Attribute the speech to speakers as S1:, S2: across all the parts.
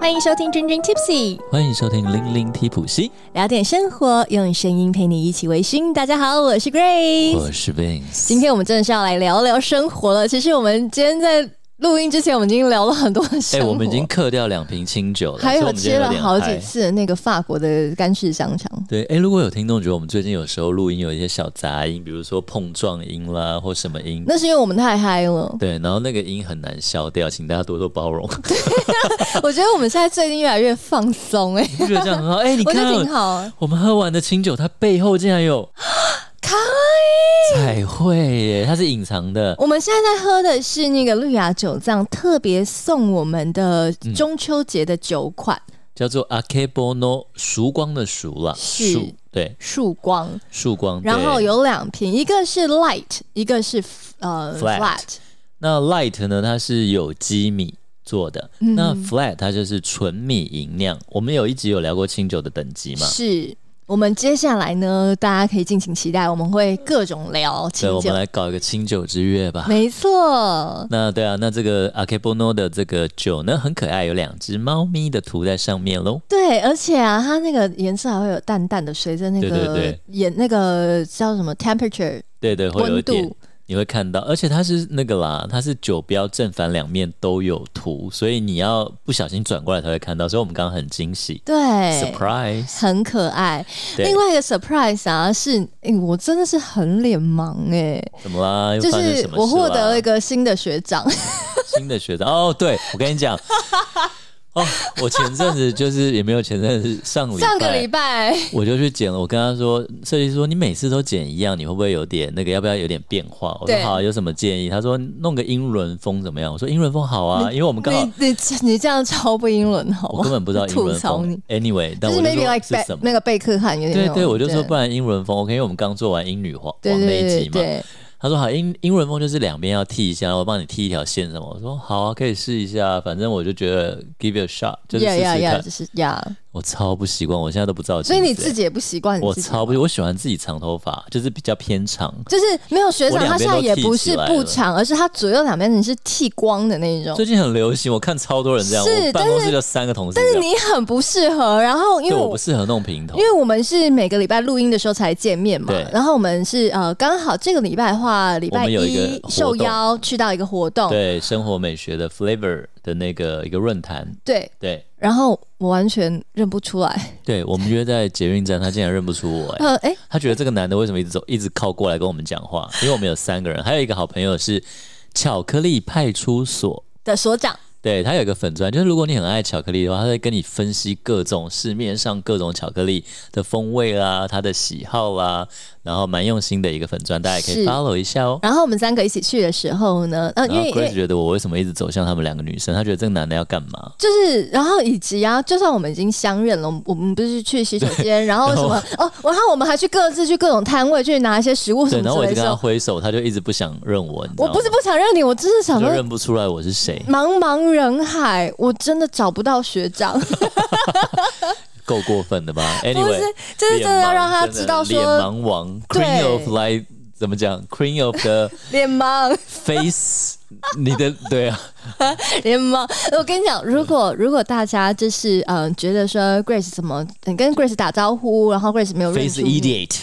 S1: 欢迎收听君君 Tipsy，
S2: 欢迎收听《零零提普西
S1: 聊点生活，用声音陪你一起微醺。大家好，我是 Grace，》，
S2: 我是 Vince。
S1: 今天我们真的是要来聊聊生活了。其实我们今天在录音之前，我们已经聊了很多
S2: 哎、
S1: 生活，
S2: 我们已经克掉两瓶清酒了，
S1: 还
S2: 所以
S1: 有
S2: 我们今
S1: 切
S2: 天
S1: 了
S2: 有点
S1: 好几
S2: 嗨。
S1: 次那个法国的干式香肠。
S2: 对，哎、如果有听众觉得我们最近有时候录音有一些小杂音，比如说碰撞音啦或什么音，
S1: 那是因为我们太嗨 了，
S2: 对，然后那个音很难消掉，请大家多多包 容。
S1: 啊我觉得我们现在最近越来越放松哎、
S2: 你不觉得这样很好？哎、你
S1: 我觉
S2: 看
S1: 得挺好。
S2: 我们喝完的清酒，它背后竟然 有
S1: 卡
S2: 彩绘耶，它是隐藏的。
S1: 我们现在在喝的是那个绿芽酒藏特别送我们的
S2: 嗯
S1: 中秋节的酒款
S2: 叫做 a k e b o n o 曙光的曙啦，
S1: 是
S2: 曙对
S1: 曙光，
S2: 曙光。
S1: 然后
S2: 对
S1: 有两瓶，一个是 light，一个是呃
S2: Flat
S1: flat。
S2: 那 light 呢，它是有机米做的，
S1: 嗯
S2: 那 flat 它就是纯米吟酿。我们有一集有聊过清酒的等级嘛？
S1: 是我们接下来呢，大家可以敬请期待，我们会各种聊
S2: 对，
S1: 清
S2: 我
S1: 酒
S2: 们。来搞一个清酒之月吧。
S1: 没错，
S2: 那对啊，那这个 a k e b o n o 的这个酒呢，很可爱，有两只猫咪的图在上面喽。
S1: 对，而且啊，它那个颜色还会有淡淡的，随着那
S2: 对对
S1: 个
S2: 对
S1: 眼那个叫什么 temperature
S2: 对对，会有
S1: 温
S2: 一点
S1: 度，，
S2: 你会看到，而且它是那个啦，它是酒标正反两面都有图，所以你要不小心转过来才会看到。所以我们刚刚很惊喜
S1: 对，
S2: ，surprise。
S1: 很可爱。
S2: 对
S1: 另，外一个 surprise 啊，是哎、我真的是很脸盲哎、
S2: 怎么啦？又
S1: 就
S2: 发生
S1: 是
S2: 什么
S1: 我
S2: 事
S1: 获得
S2: 啦
S1: 了一个新的学长，
S2: 新的学长哦，对我跟你 讲，哦，我前阵子就是也没有前阵子上礼拜
S1: 上个礼拜
S2: 我就去剪了，我跟他说，设计师说你每次都剪一样，你会不会有点那个？要不要有点变化？我说
S1: 对
S2: 好，啊有什么建议？他说弄个英伦风怎么样？我说英伦风 好啊，因为我们刚好
S1: 你你你这样超不英伦好吗？
S2: 我根本不知道英
S1: 吐
S2: 伦
S1: 槽
S2: 风
S1: 你，
S2: ，anyway，但
S1: 就
S2: 我
S1: 是
S2: 就
S1: maybe
S2: 说
S1: like
S2: 是
S1: 贝
S2: 什么？
S1: 那个贝克汉有点那
S2: 对
S1: 种
S2: 对，我就说
S1: 对
S2: 不然英伦风 OK，因为我们刚做完英女皇
S1: 对
S2: 王那一
S1: 对
S2: 集
S1: 对
S2: 嘛，
S1: 对，
S2: 他说好，英英文风就是两边要剃一下，然后我帮你剃一条线什么。我说好啊，可以试一下，反正我就觉得 give it a shot，就是试试
S1: 呀
S2: 看。
S1: 呀，就是呀，
S2: 我超不习惯，我现在都不知道。
S1: 所以你自，己也不习惯，你
S2: 我
S1: 自己
S2: 超不，我喜欢自己长头发，就是比较偏长。
S1: 就是没有学
S2: 我
S1: 长，
S2: 两
S1: 他现
S2: 边
S1: 在
S2: 都
S1: 也不
S2: 剃起
S1: 是
S2: 来
S1: 不
S2: 了
S1: 长，而是他左右两边你是剃光的那一种
S2: 最。近很流行，我看超多人这样。
S1: 哦是
S2: 我办公室就三个同事这样。
S1: 你很不适合，然后因为
S2: 对，我
S1: 我
S2: 不适合弄平头
S1: 因。为我们是每个礼拜录音的时候才见面嘛
S2: 对，
S1: 然后我们是呃刚好这个礼拜的话，礼
S2: 我
S1: 拜
S2: 们有一个
S1: 一
S2: 活
S1: 受
S2: 动
S1: 邀去到一个活动，
S2: 对，生活美学的 flavor 的那个一个论坛。
S1: 对，
S2: 对，
S1: 然后我完全认不出来，
S2: 对我们约在捷运站，他竟然认不出我、哎。
S1: 呃，哎、
S2: 他觉得这个男的为什么一直走，一直靠过来跟我们讲话？因为我们有三个人，还有一个好朋友是巧克力派出所。
S1: 的所长，
S2: 对他有一个粉钻，就是如果你很爱巧克力的话，他会跟你分析各种市面上各种巧克力的风味啦，他的喜好啦，然后蛮用心的一个粉钻，大家也可以
S1: 是
S2: follow 一下哦。
S1: 然后我们三个一起去的时候呢，呃，因
S2: 然后
S1: 为因
S2: Grace
S1: 为
S2: 觉得我为什么一直走向他们两个女生？他觉得这个男的要干 嘛？
S1: 就是，然后以及啊，就算我们已经相认了，我们我们不是去洗手 间，然后什么哦，然后我们还去各自去各种摊位去拿一些食物什
S2: 对，
S1: 么
S2: 然后
S1: 之
S2: 我一
S1: 类
S2: 直
S1: 的
S2: 跟
S1: 时
S2: 他
S1: 候，
S2: 挥手，他就一直不想认我，你知道
S1: 我
S2: 吗
S1: 不是不想认你，我真是
S2: 他
S1: 想
S2: 就
S1: 说。
S2: 认不出来我是谁，
S1: 茫茫人海，我真的找不到学 长，
S2: 够过分的吧？Anyway，
S1: 不是，就是真的要让他知道
S2: 脸
S1: 说
S2: 盲王
S1: 对
S2: queen of like 怎么讲 queen of the
S1: 脸盲，
S2: face，你 的 对啊，
S1: 联盟，我跟你讲，如果如果大家就是嗯、呃觉得说 Grace 怎么你跟 Grace 打招呼，然后 Grace 没有认
S2: face
S1: 出
S2: E
S1: 你，
S2: idiot，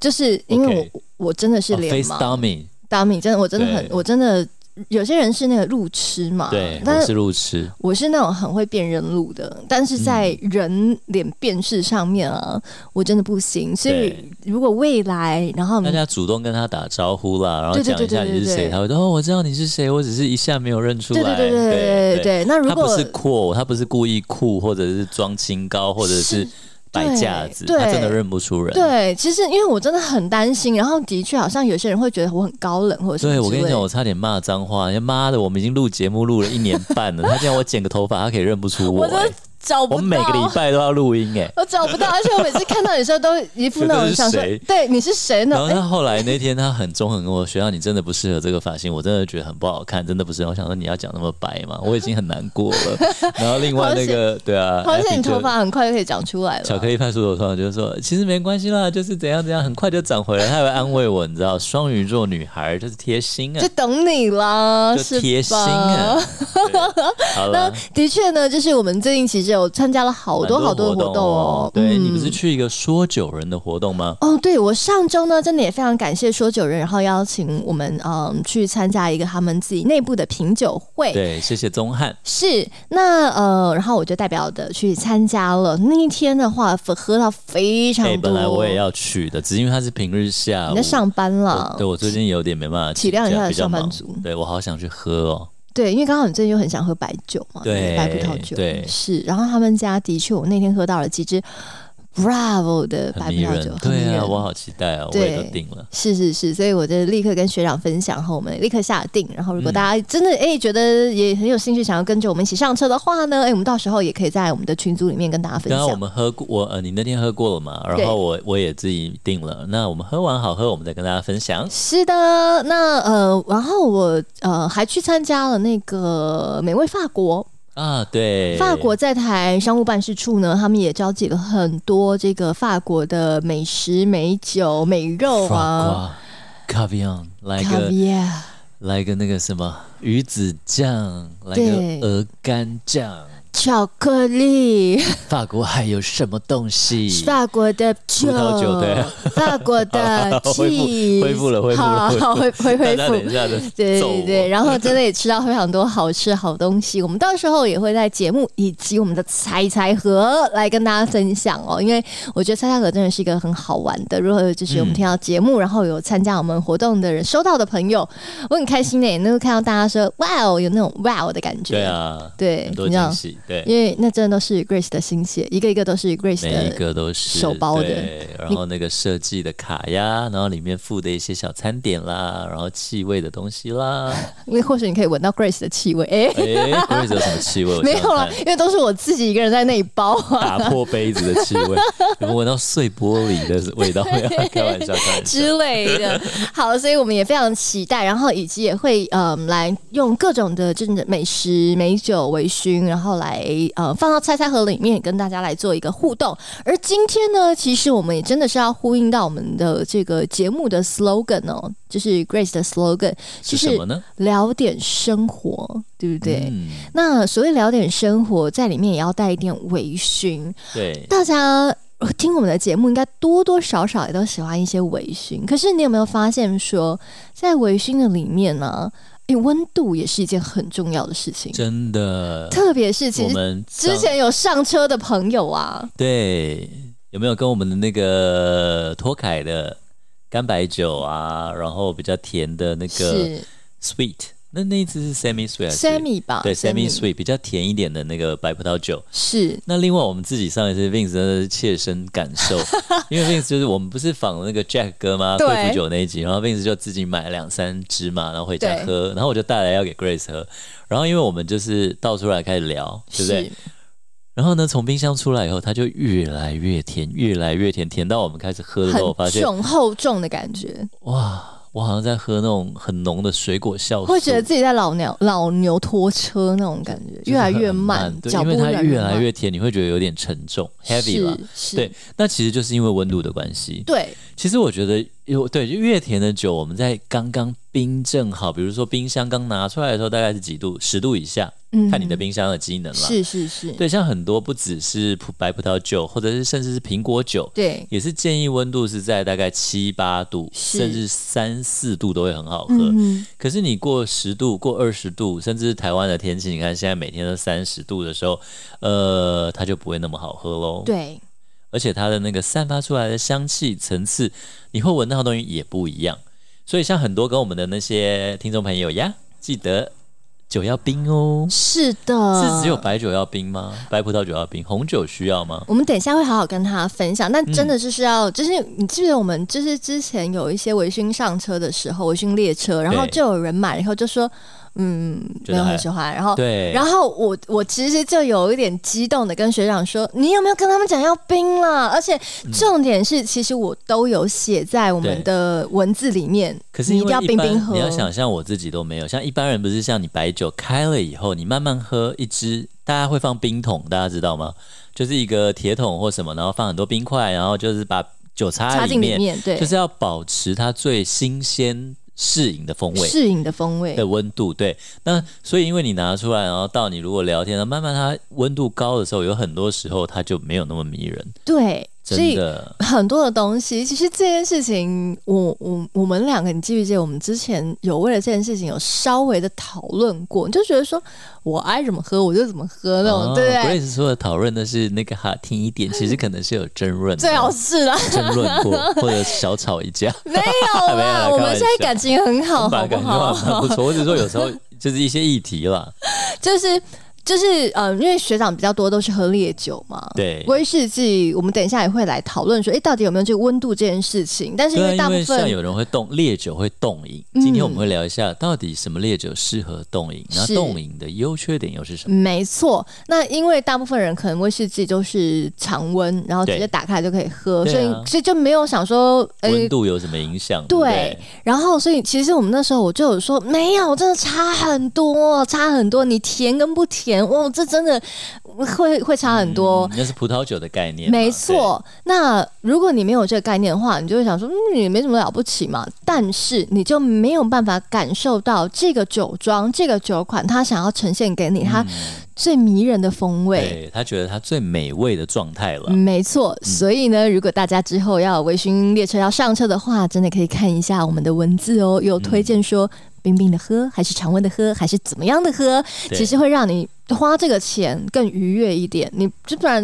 S1: 就是因为我
S2: OK
S1: 我真的是
S2: 哦
S1: 脸
S2: face
S1: 盲，
S2: dummy，
S1: 大米真的我真的很
S2: 对
S1: 我真的有些人是那个路痴嘛，
S2: 对，
S1: 啊但
S2: 我
S1: 是
S2: 是路痴，
S1: 我是那种很会辨认路的，但是在人脸辨识上面啊，我真的不行，所以
S2: 对
S1: 如果未来然后
S2: 大家主动跟他打招呼啦，然后
S1: 对嗯对
S2: 讲一下
S1: 对对
S2: 你
S1: 对
S2: 是
S1: 对
S2: 谁，他会说哦，我知道你是谁，我只是一下没有认出
S1: 对
S2: 来，
S1: 对对对对对
S2: 对。
S1: 对，那如
S2: 他
S1: 果
S2: 不是酷，他不是故意酷，或者是装清高，或者是摆架子，
S1: 对
S2: 他真的认不出人。
S1: 对，其实因为我真的很担心，然后的确好像有些人会觉得我很高冷或者什么
S2: 对，我
S1: 之
S2: 跟你
S1: 类
S2: 讲，我差点骂 脏话。妈的，我们已经录节目录了一年半了，他竟然我剪个头发，他可以认不出
S1: 我
S2: 我、
S1: 真的
S2: 欸。
S1: 找不
S2: 我
S1: 到。
S2: 们每个礼拜都要录音哎、
S1: 我找不到，而且我每次看到你的时候都一副那
S2: 这
S1: 种
S2: 是
S1: 想说
S2: 谁，
S1: 对，你是谁呢
S2: 然？后他后来那天他很中肯地跟我说：“学啊长，你真的不适合这个发型，我真的觉得很不好看，真的不适合。”我想说你要讲那么 白嘛，我已经很难过了。然后另外那个对啊，
S1: 好像
S2: Abby
S1: 你
S2: 就
S1: 头发很快就可以长出来了。
S2: 巧克力派出所的朋友就说：“其实没关系啦，就是怎样怎样，很快就长回来。”他还会安慰我，你知道，双鱼座女孩就是贴心啊
S1: 就，等你啦，
S2: 就是贴心啊
S1: 吧？。
S2: 对好
S1: 那
S2: 了。
S1: 的确呢，就是我们最近其实有参加了好多好
S2: 蛮
S1: 多
S2: 多
S1: 活动
S2: 哦
S1: 哦。，
S2: 对、
S1: 嗯
S2: 你不是去一个说酒人的活动吗？
S1: 哦，对我上周呢，真的也非常感谢说酒人，然后邀请我们嗯去参加一个他们自己内部的品酒会。
S2: 对，谢谢宗翰。
S1: 是，那呃，然后我就代表的去参加了。那一天的话，喝喝到非常
S2: 哎、
S1: 多。
S2: 本来我也要去的，只是因为他是平日下午。
S1: 你在上班
S2: 我
S1: 了，
S2: 对我最近有点没办法
S1: 体谅一下
S2: 比较
S1: 上班
S2: 忙
S1: 族
S2: 对我好想去喝哦，
S1: 对因为刚好你最近又很想喝白酒嘛，
S2: 对
S1: 白葡萄酒，
S2: 对
S1: 是。然后他们家的确，我那天喝到了几支 Bravo 的
S2: 很
S1: 白葡
S2: 迷
S1: 萄
S2: 人
S1: 酒，。很迷
S2: 对啊，
S1: 人
S2: 我好期待啊，我也都
S1: 对
S2: 定了。
S1: 是是是，所以我就立刻跟学长分享，然后我们立刻下定。然后如果
S2: 嗯
S1: 大家真的哎、觉得也很有兴趣，想要跟着我们一起上车的话呢，哎、我们到时候也可以在我们的群组里面跟大家分
S2: 刚刚我
S1: 享。嗯
S2: 们喝过，我呃，你那天喝过了嘛？然
S1: 对
S2: 后我我也自己订了。那我们喝完好喝，我们再跟大家分享。
S1: 是的，那呃，然后我呃还去参加了那个美味法国，
S2: 啊，对，
S1: 法国在台商务办事处呢，他们也召集了很多这个法国的美食、美酒、美肉啊，
S2: 卡比昂，来
S1: 卡
S2: 个嗯
S1: 比亚。
S2: 来个那个什么鱼子酱，来
S1: 对
S2: 个鹅肝酱。
S1: 巧克力，
S2: 法国还有什么东西？
S1: 法国的酒，
S2: 葡萄酒对
S1: 法国 的
S2: 好恢复
S1: cheese，
S2: 恢复了恢复了
S1: 好
S2: 恢复
S1: 好
S2: 了
S1: 恢恢
S2: 大
S1: 恢
S2: 家
S1: 复。
S2: 等一下的，
S1: 对
S2: 揍
S1: 对
S2: 我
S1: 对，然后真的也吃到非常多好吃好东西，我们到时候也会在节目以及我们的猜猜盒来跟大家分享哦，因为我觉得猜猜盒真的是一个很好玩的。如果就是我们听到节目，然后有参加我们活动的人，收到的朋友，我很开心呢，能够看到大家说哇哦，有那种哇哦的感觉。
S2: 对，啊，
S1: 对，
S2: 很
S1: 你
S2: 多
S1: 知道
S2: 惊，喜，对。
S1: 因为那真的都是 Grace 的心血，一个一个都是 Grace
S2: 每一
S1: 的
S2: 个都是
S1: 手包的
S2: 对然后那个设计的卡呀，然后里面附的一些小餐点啦，然后气味的东西啦，
S1: 因为或许你可以闻到 Grace 的气味，哎、
S2: 哎、不会有什么气味，我
S1: 没
S2: 想想
S1: 有啦，
S2: 看
S1: 因为都是我自己一个人在那里包啊
S2: 打破杯子的气味，有没有闻到碎玻璃的味道？ 开玩笑，开玩 笑。
S1: 之类的。 好，所以我们也非常期待，然后以及也会嗯来用各种的这种美食美酒微醺，然后来呃放到猜猜盒里面跟大家来做一个互动。而今天呢，其实我们也真的是要呼应到我们的这个节目的 slogan 哦，就是 Grace 的 slogan，就是是
S2: 什么呢？
S1: 聊点生活，对不对？
S2: 嗯，
S1: 那所谓聊点生活，在里面也要带一点微醺。
S2: 对，
S1: 大家呃听我们的节目，应该多多少少也都喜欢一些微醺。可是你有没有发现说，在微醺的里面呢、诶，温度也是一件很重要的事情。
S2: 真的，
S1: 特别是
S2: 我
S1: 其实
S2: 们
S1: 之
S2: 上
S1: 前有上车的朋友啊，
S2: 对有没有跟我们的那个托凯的干白酒啊，然后比较甜的那个
S1: 是
S2: sweet，那那一支是 semi sweet 还是
S1: Sammy 吧？
S2: 对 semi sweet 比较甜一点的那个白葡萄酒。
S1: 是
S2: 那另外我们自己上一次 Vince 真的是切身 感受，因为 Vince 就是我们不是仿了那个 Jack 哥吗？
S1: 对
S2: 贵妇酒那一集，然后 Vince 就自己买了两三支嘛，然后回家
S1: 对
S2: 喝，然后我就带来要给 Grace 喝，然后因为我们就是倒出来开始聊，对不对？
S1: 是
S2: 然后呢，从冰箱出来以后，它就越来越甜，越来越甜，甜到我们开始喝的时候，我发
S1: 很
S2: 现
S1: 重厚重的感觉，
S2: 哇，我好像在喝那种很浓的水果酵素，
S1: 会觉得自己在老牛老牛拖车那种感觉，
S2: 就是
S1: 越来越
S2: 很
S1: 慢，
S2: 对，
S1: 脚
S2: 因
S1: 步
S2: 为它越
S1: 慢
S2: 来越甜，你会觉得有点沉重，heavy 吧？
S1: 是，是
S2: 对，那其实就是因为温度的关系。
S1: 对，
S2: 其实我觉得有对，就越甜的酒，我们在刚刚冰镇好，比如说冰箱刚拿出来的时候，大概是几度，十度以下，
S1: 嗯
S2: 看你的冰箱的机能啦。
S1: 是是是，
S2: 对，像很多不只是葡白葡萄酒，或者是甚至是苹果酒，
S1: 对
S2: 也是建议温度是在大概七八度，
S1: 是
S2: 甚至三四度都会很好喝。
S1: 嗯
S2: 可是你过十度、过二十度，甚至是台湾的天气，你看现在每天都三十度的时候，呃，它就不会那么好喝喽。
S1: 对，
S2: 而且它的那个散发出来的香气层次，你会闻到的东西也不一样。所以像很多跟我们的那些听众朋友呀，记得酒要冰哦。
S1: 是的，
S2: 是只有。白酒要冰吗？白葡萄酒要冰，红酒需要吗？
S1: 我们等一下会好好跟他分享，
S2: 嗯
S1: 但真的就是要，就是你记得我们就是之前有一些微醺上车的时候，微醺列车，然后
S2: 对
S1: 就有人买，然后就说，嗯，
S2: 觉
S1: 没
S2: 得
S1: 有
S2: 还
S1: 很喜欢。然后，
S2: 对
S1: 然后我我其实就有一点激动的跟学长说：“你有没有跟他们讲要冰了？”而且
S2: 嗯
S1: 重点是，其实我都有写在我们
S2: 对
S1: 的文字里面，
S2: 可是
S1: 你
S2: 因
S1: 一定
S2: 为
S1: 要
S2: 一
S1: 冰
S2: 般
S1: 冰喝。
S2: 你要想象我自己都没有，像一般人不是像你白酒开了以后，你慢慢喝一支，大家会放冰桶，大家知道吗？就是一个铁桶或什么，然后放很多冰块，然后就是把酒插
S1: 插
S2: 在
S1: 进里面，对，
S2: 就是要保持它最新鲜适饮的风味。
S1: 适应的风味。
S2: 的温度对，那所以因为你拿出来，然后到你如果聊天，那慢慢它温度高的时候，有很多时候它就没有那么迷人，
S1: 对，所
S2: 真
S1: 以
S2: 的。
S1: 很多的东西，其实这件事情，我我我们两个，你记不记得我们之前有为了这件事情有稍微的讨论过？你就觉得说我爱怎么喝我就怎么喝那种，
S2: 哦
S1: 对不对？
S2: ？Grace 说的讨论的是那个哈听一点，其实可能是有争论的，
S1: 最好是啦，
S2: 争论过或者小吵一架，
S1: 没有
S2: 没有
S1: 啦，
S2: 啦
S1: 我
S2: 开
S1: 们
S2: 玩
S1: 现在
S2: 笑
S1: 感情很 好，好
S2: 把
S1: 不
S2: 感觉还蛮
S1: 哦 好？
S2: 不错。我只说有时候就是一些议题 啦，
S1: 就是就是呃，因为学长比较多都是喝烈酒嘛，
S2: 对
S1: 威士忌，我们等一下也会来讨论说，哎、到底有没有这个温度这件事情？但是因
S2: 对啊，
S1: 为大
S2: 因
S1: 部
S2: 为像
S1: 分
S2: 有人会冻烈酒会冻饮，
S1: 嗯
S2: 今天我们会聊一下到底什么烈酒适合冻饮，然后
S1: 是
S2: 冻饮的优缺点又是什么？
S1: 没错，那因为大部分人可能威士忌都是常温，然后直接
S2: 对
S1: 打开就可以喝，
S2: 对
S1: 所以
S2: 啊
S1: 所以就没有想说，哎、
S2: 温度有什么影响？对不
S1: 对
S2: 对，，
S1: 然后所以其实我们那时候我就有说，没有，真的差很多，差很多，你甜跟不甜，哇，这真的会会差很多。
S2: 嗯那是葡萄酒的概念嘛，
S1: 没错，那如果你没有这个概念的话，你就会想说，嗯，也没什么了不起嘛。但是你就没有办法感受到这个酒庄、这个酒款，它想要呈现给你
S2: 对，
S1: 它
S2: 嗯
S1: 最迷人的风味。
S2: 对他觉得他最美味的状态了。嗯
S1: 没错，所以呢，如果大家之后要有微醺列车要上车的话，真的可以看一下我们的文字哦，有推荐说
S2: 嗯
S1: 冰冰的喝，还是常温的喝，还是怎么样的喝，
S2: 对
S1: 其实会让你花这个钱更愉悦一点。你就不然，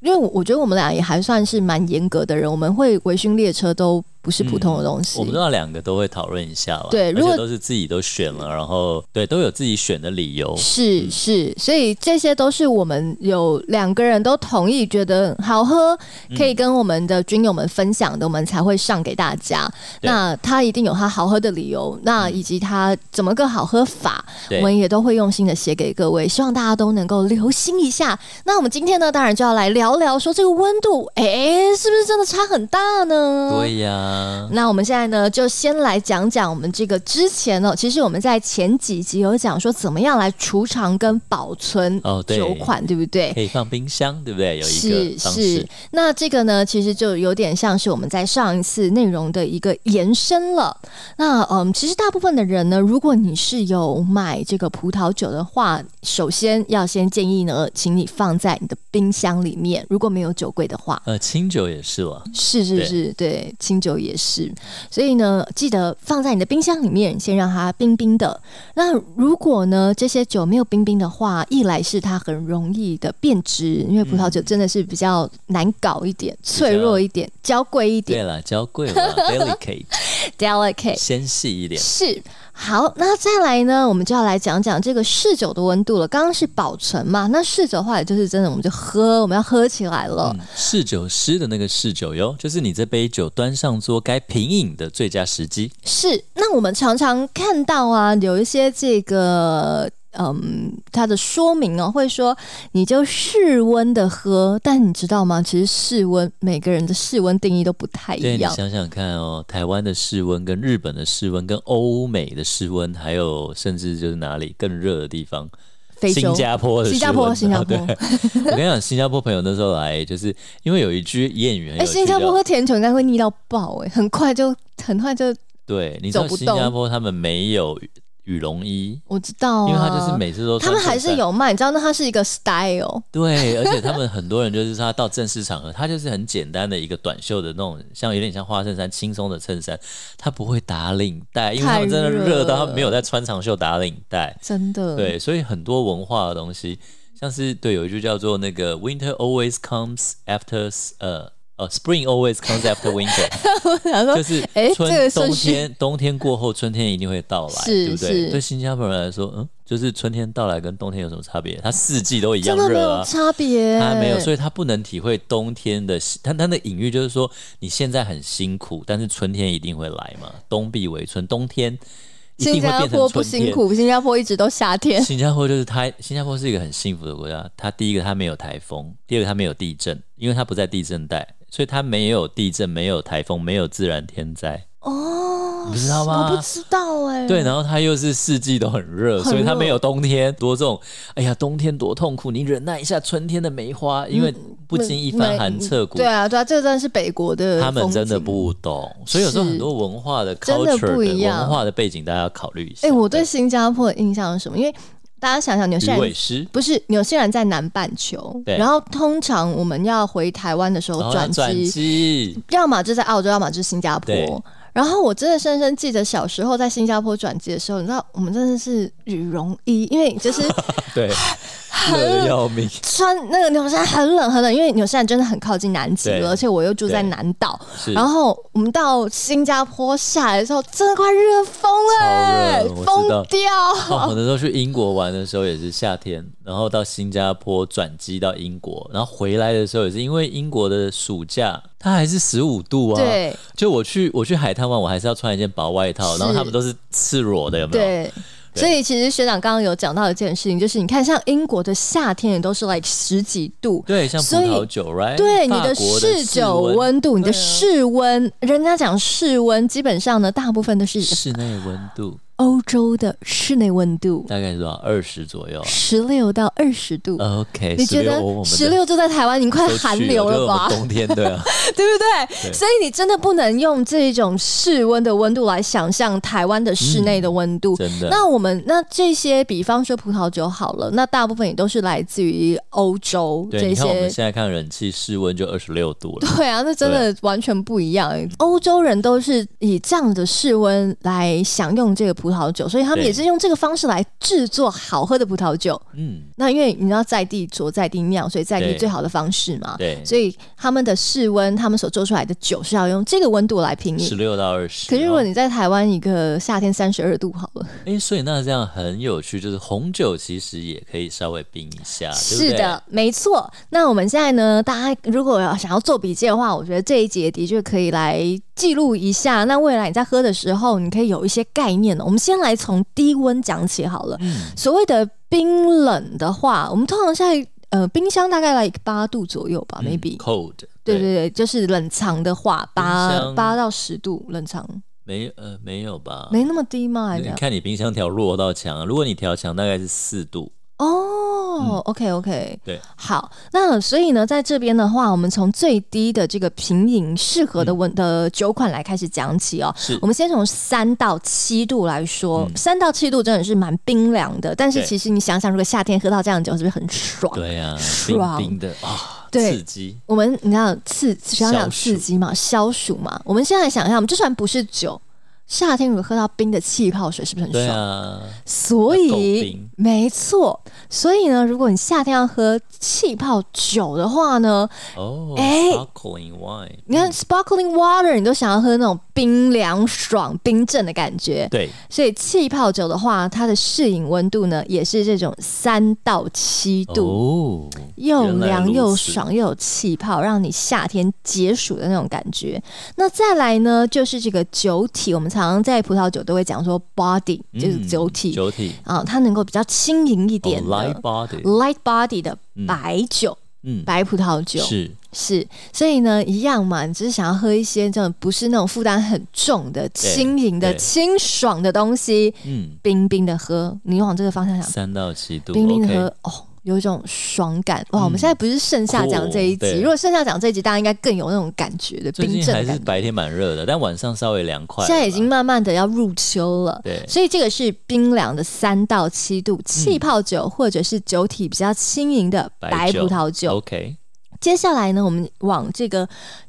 S1: 因为我我觉得我们俩也还算是蛮严格的人，我们会微醺列车都不是普通
S2: 嗯
S1: 的东西。
S2: 我们都要两个都会讨论一下吧，
S1: 对
S2: 而
S1: 如果
S2: 且都是自己都选了，然后对都有自己选的理由，
S1: 是是，所以这些都是我们有两个人都同意，觉得好喝，可以跟我们的军友们分享的，我们才会上给大家。
S2: 对嗯
S1: 那它一定有它好喝的理由，那以及它怎么个好喝法，
S2: 对
S1: 我们也都会用心的写给各位，希望大家都能够留心一下。那我们今天呢，当然就要来聊聊说这个温度，哎、是不是真的差很大呢？
S2: 对呀、
S1: 那我们现在呢，就先来讲讲我们这个之前哦，其实我们在前几集有讲说怎么样来储藏跟保存
S2: 哦对
S1: 酒款，对不对？
S2: 可以放冰箱，对不 对？有一
S1: 是
S2: 个方式
S1: 是，，那这个呢，其实就有点像是我们在上一次内容的一个延伸了。那嗯，其实大部分的人呢，如果你是有买这个葡萄酒的话，首先要先建议呢，请你放在你的冰箱里面，如果没有酒柜的话。
S2: 呃，清酒也是了，
S1: 是是
S2: 对
S1: 是，对，清酒也是。所以呢，记得放在你的冰箱里面，先让它冰冰的。那如果呢，这些酒没有冰冰的话，一来是它很容易的变质，因为葡萄酒真的是比较难搞一点、脆弱一点、娇贵一
S2: 对
S1: 点、
S2: 了，娇 贵了，delicate，
S1: delicate。
S2: 纤细一点，
S1: 哎是好，那再来呢，我们就要来讲讲这个试酒的温度了。刚刚是保存嘛，那试酒的话，也就是真的我们就喝，我们要喝起来了。
S2: 嗯，侍酒师的那个侍酒哟，就是你这杯酒端上桌该品饮的最佳时机。
S1: 是，那我们常常看到啊，有一些这个。嗯，它的说明哦，会说你就室温的喝，但你知道吗？其实室温每个人的室温定义都不太
S2: 对
S1: 一
S2: 你
S1: 样。
S2: 想想看哦，台湾的室温跟日本的室温，跟欧美的室温，还有甚至就是哪里更热的地方，
S1: 非洲
S2: 新、加坡的室温
S1: 新加坡、
S2: 啊
S1: 新加坡
S2: 对，我跟你讲，新加坡朋友那时候来，就是因为有一句谚语很
S1: 哎，
S2: 有趣，
S1: 新加坡
S2: 叫
S1: 喝甜酒应该会腻到爆哎、很快就很快就
S2: 对，你知道
S1: 走不
S2: 新
S1: 动
S2: 加坡他们没有羽羽绒衣，
S1: 我知道、啊，
S2: 因为他就是每次都
S1: 他
S2: 穿
S1: 们还是
S2: 衬衫
S1: 有卖，你知道那它是一个 style，
S2: 对，而且他们很多人就是他到正式场合，他就是很简单的一个短袖的那种，像有点像花衬衫轻松的衬衫，他不会打领带，因为他们真的
S1: 太热
S2: 热到他
S1: 了
S2: 们没有在穿长袖打领 带。
S1: 真的
S2: 对，所以很多文化的东西，像是对有一句叫做那个 “Winter always comes after” s- 呃呃，“Spring always comes after winter”，
S1: 我 想说
S2: 就是
S1: 哎
S2: 春、
S1: 这个顺
S2: 冬
S1: 序
S2: 天冬天过后，春天一定会到来，
S1: 是
S2: 对不
S1: 是
S2: 对？对新加坡人来说，嗯，就是春天到来跟冬天有什么差别？它四季都一样
S1: 真的没
S2: 热
S1: 有哎
S2: 啊。
S1: 差别，
S2: 他没有，所以他不能体会冬天的。他他的隐喻就是说，你现在很辛苦，但是春天一定会来嘛，冬必为春，冬天一定
S1: 新
S2: 会
S1: 加
S2: 变
S1: 坡
S2: 成
S1: 不
S2: 春
S1: 辛
S2: 天。
S1: 苦，新加坡一直都夏天。
S2: 新加坡就是它，新加坡是一个很幸福的国家。它第一个它没有台风，第二个它没有地震，因为它不在地震带，所以它没有地震，没有台风，没有自然天灾。
S1: 哦，
S2: 你不知道吗
S1: 我不知道哎、
S2: 对，，然后它又是四季都很热，
S1: 很
S2: 所以它
S1: 热
S2: 没有冬天多这种。哎呀，冬天多痛苦，你忍耐一下春天的梅花，因为不经一番寒彻骨
S1: 嗯对。啊，对啊，这真的是北国的，
S2: 他们真的。不懂，所以有时候
S1: 是
S2: 很多文化的
S1: 真的
S2: culture
S1: 不一样
S2: 文化的背景，大家要考虑一下。
S1: 哎、我对新加坡的印象是什么？因为大家想想，纽西
S2: 鱼
S1: 兰
S2: 尾狮
S1: 不是纽西兰在南半球，
S2: 对
S1: 然后通常我们要回台湾的时
S2: 然
S1: 候
S2: 后要
S1: 转
S2: 转
S1: 机，
S2: 机，
S1: 要么就在澳洲，要么就是新加
S2: 对
S1: 坡。然后我真的深深记得小时候在新加坡转机的时候，你知道我们真的是羽绒衣，因为就是
S2: 对，热的要命。
S1: 穿那个纽西兰很冷很冷，因为纽西兰真的很靠近南极
S2: 对
S1: 了，而且我又住在
S2: 对
S1: 南岛，
S2: 是，
S1: 然后我们到新加坡下来的时候，真的快热疯
S2: 超
S1: 了欸
S2: 热，我
S1: 疯
S2: 知道
S1: 掉。
S2: 哦，我那时候去英国玩的时候也是夏天，然后到新加坡转机到英国，然后回来的时候也是因为英国的暑假它还是十五度啊。，
S1: 对
S2: 就我去我去海滩玩，我还是要穿一件薄外套，
S1: 是
S2: 然后他们都是赤裸的，有没有？
S1: 对。所以其实学长刚刚有讲到一件事情，就是你看，像英国的夏天也都是 like 十几度，
S2: 对，像葡
S1: 所以
S2: 萄酒，right？
S1: 对你
S2: 法
S1: 的
S2: 国
S1: 室
S2: 室
S1: 酒
S2: 温、
S1: 温度，你的
S2: 对啊
S1: 室温，人家讲室温，基本上呢，大部分都是
S2: 室内温度
S1: 欧洲的室内温度，
S2: 大概是多少？二十左右啊。
S1: 十六到二十度。
S2: OK，
S1: 你觉
S2: 呃16我
S1: 得
S2: 们
S1: 十六度在台湾，你快
S2: 都去
S1: 寒流
S2: 了
S1: 了吧？
S2: 就是我们冬天对 啊，
S1: 对不对？
S2: 对
S1: 所以你真的不能用这种室温的温度来想象台湾的室内的温度。
S2: 嗯真的。
S1: 那我们那这些，比方说葡萄酒好了，那大部分也都是来自于欧洲
S2: 对，
S1: 这
S2: 你看我
S1: 些
S2: 们。现在看冷气室温就二十六度了。
S1: 对啊，那真的完全不一样欸。欧洲人都是以这样的室温来享用这个葡萄酒，所以他们
S2: 对
S1: 也是用这个方式来制作好喝的葡萄酒。
S2: 嗯，
S1: 那因为你知道在地酌在地酿，所以在地
S2: 对
S1: 最好的方式嘛。
S2: 对，
S1: 所以他们的室温，他们所做出来的酒是要用这个温度来平
S2: 十
S1: 饮。
S2: 六到二十。
S1: 可是如果
S2: 哦
S1: 你在台湾一个夏天三十二度好了，
S2: 哎、所以那这样很有趣，就是红酒其实也可以稍微冰一下，
S1: 是
S2: 啊对不对？
S1: 的，没错。那我们现在呢，大家如果要想要做笔记的话，我觉得这一节的确可以来记录一下。那未来你在喝的时候，你可以有一些概念了。我们先来从低温讲起好了。
S2: 嗯
S1: 所谓的冰冷的话，我们通常在呃冰箱大概来八度左右吧、
S2: 嗯
S1: m a y b e
S2: cold，
S1: 对对对，就是冷藏的话，
S2: 冰
S1: 八
S2: 箱
S1: 八到十度冷藏，
S2: 没呃没有吧？
S1: 没那么低吗？还
S2: 你
S1: 是
S2: 你看你冰箱调弱到强，如果你调强大概是四度，
S1: 哦、o k OK，
S2: 嗯对，
S1: 好，那所以呢，在这边的话，我们从最低的这个品饮适合的温的酒款来开始讲起哦。
S2: 嗯是
S1: 我们先从三到七度来说，
S2: 嗯
S1: 三、到七度真的是蛮冰凉的，但是
S2: 对
S1: 其实你想想，如果夏天喝到这样的酒，是不是很爽？
S2: 对呀、
S1: 爽
S2: 冰冰的啊，
S1: 对
S2: 刺激，
S1: 我们你看刺，想想
S2: 消暑
S1: 刺激嘛，消暑嘛。我们现在想想，就算不是酒，夏天如果喝到冰的气泡水，是不是很
S2: 对
S1: 爽？
S2: 啊，
S1: 所
S2: 要够
S1: 以
S2: 冰
S1: 没错，所以呢，如果你夏天要喝气泡酒的话呢，
S2: 哦、
S1: 哎
S2: s p a r k l i n g wine，嗯
S1: 你看 sparkling water，你都想要喝那种冰凉爽、冰镇的感觉。
S2: 对，
S1: 所以气泡酒的话，它的适饮温度呢，也是这种三到七度，
S2: 哦，
S1: 又
S2: 原来
S1: 凉
S2: 如
S1: 又
S2: 此
S1: 爽又有气泡，让你夏天解暑的那种感觉。那再来呢，就是这个酒体，我们常常在葡萄酒都会讲说 body，就是
S2: 嗯
S1: 酒体。
S2: 酒体，
S1: 啊，它能够比较轻盈一点
S2: 哦
S1: 的、
S2: ，light body，
S1: light body 的
S2: 嗯
S1: 白酒、
S2: 嗯，
S1: 白葡萄酒
S2: 是
S1: 是所以呢，一样嘛，你只是想要喝一些这种不是那种负担很重的、轻盈的、
S2: 对
S1: 清爽的东西，
S2: 嗯，
S1: 冰冰的喝，你往这个方向想，
S2: 三到七度
S1: 冰冰的喝
S2: ，OK，嗯
S1: 哦。有一种爽感哇！我们现在不是盛夏讲这一集，
S2: 对
S1: 如果盛夏讲这一集，大家应该更有那种感觉的
S2: 哦最
S1: 冰
S2: 近
S1: 镇
S2: 还
S1: 的
S2: 是
S1: 感觉。
S2: 白天蛮热的，但晚上稍微凉快了吧，
S1: 现在已经慢慢的要入秋了，
S2: 对嗯
S1: 所以这个是冰凉的三到七度气泡酒，或者是酒体比较轻盈的白
S2: 白
S1: 葡
S2: 酒
S1: 萄酒。
S2: OK，
S1: 接下来呢，我们往这个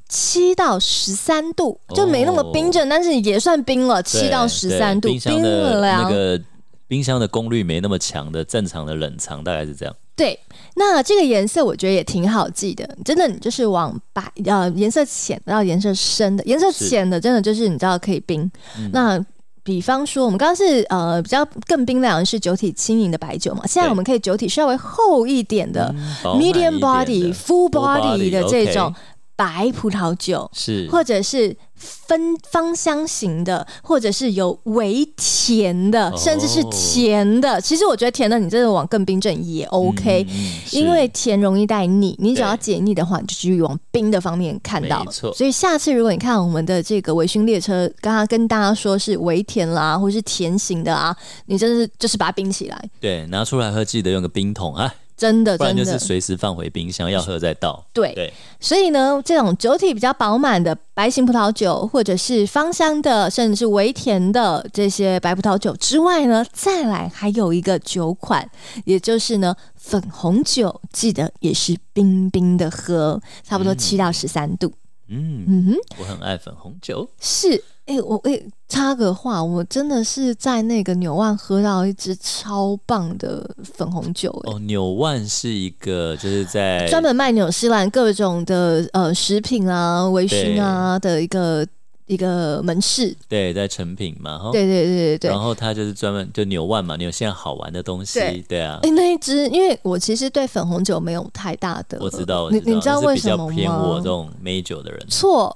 S1: 七到十三度，
S2: 哦
S1: 就没那么冰镇，但是也算冰了，七到十三度，
S2: 对冰箱的
S1: 凉。
S2: 那个冰箱的功率没那么强的，正常的冷藏大概是这样。
S1: 对，那这个颜色我觉得也挺好记的，真的，你就是往白呃颜色浅到颜色深的，颜色
S2: 是
S1: 浅的真的就是你知道可以冰。
S2: 嗯
S1: 那比方说我们刚刚是呃比较更冰凉的是酒体轻盈的白酒嘛，现在
S2: 对
S1: 我们可以酒体稍微厚一点的
S2: 嗯
S1: medium body、full
S2: 饱满一
S1: body
S2: 点
S1: 的
S2: 的
S1: 这种。白葡萄酒，
S2: 是嗯
S1: 或者是芬芳香型的，或者是有微甜的
S2: 哦，
S1: 甚至是甜的。其实我觉得甜的，你真的往更冰镇也 OK，、
S2: 嗯嗯是
S1: 因为甜容易带腻。你只要
S2: 对
S1: 解腻的话，你就继续往冰的方面看到
S2: 没。错
S1: 所以下次如果你看我们的这个微醺列车，刚刚跟大家说是微甜啦，或是甜型的啊，你真的是就是把它冰起来，
S2: 对拿出来喝，记得用个冰桶啊，
S1: 真的
S2: 不然
S1: 真
S2: 就是
S1: 的
S2: 随时放回冰箱，要喝再倒。
S1: 对。
S2: 对，
S1: 所以呢，这种酒体比较饱满的白型葡萄酒，或者是芳香的，甚至是微甜的这些白葡萄酒之外呢，再来还有一个酒款，也就是呢粉红酒，记得也是冰冰的喝，差不多七到十三度。
S2: 嗯，
S1: 嗯哼，
S2: 我很爱粉红酒，
S1: 是，哎、我哎、插个话，我真的是在那个纽万喝到一支超棒的粉红酒、哎。
S2: 哦，纽万是一个就是在
S1: 专门卖纽西兰各种的呃食品啊、微醺啊的一个一个门市。
S2: 对在成品嘛，哈，
S1: 对对对对对
S2: 然。后它就是专门就纽万嘛，纽现在好玩的东西，
S1: 对
S2: 对啊
S1: 哎、，那一支，因为我其实对粉红酒没有太大的，
S2: 我知道，我
S1: 你你知道
S2: 就是
S1: 为
S2: 比
S1: 什
S2: 较
S1: 么
S2: 偏我这
S1: 吗？
S2: 种美酒的人，
S1: 错，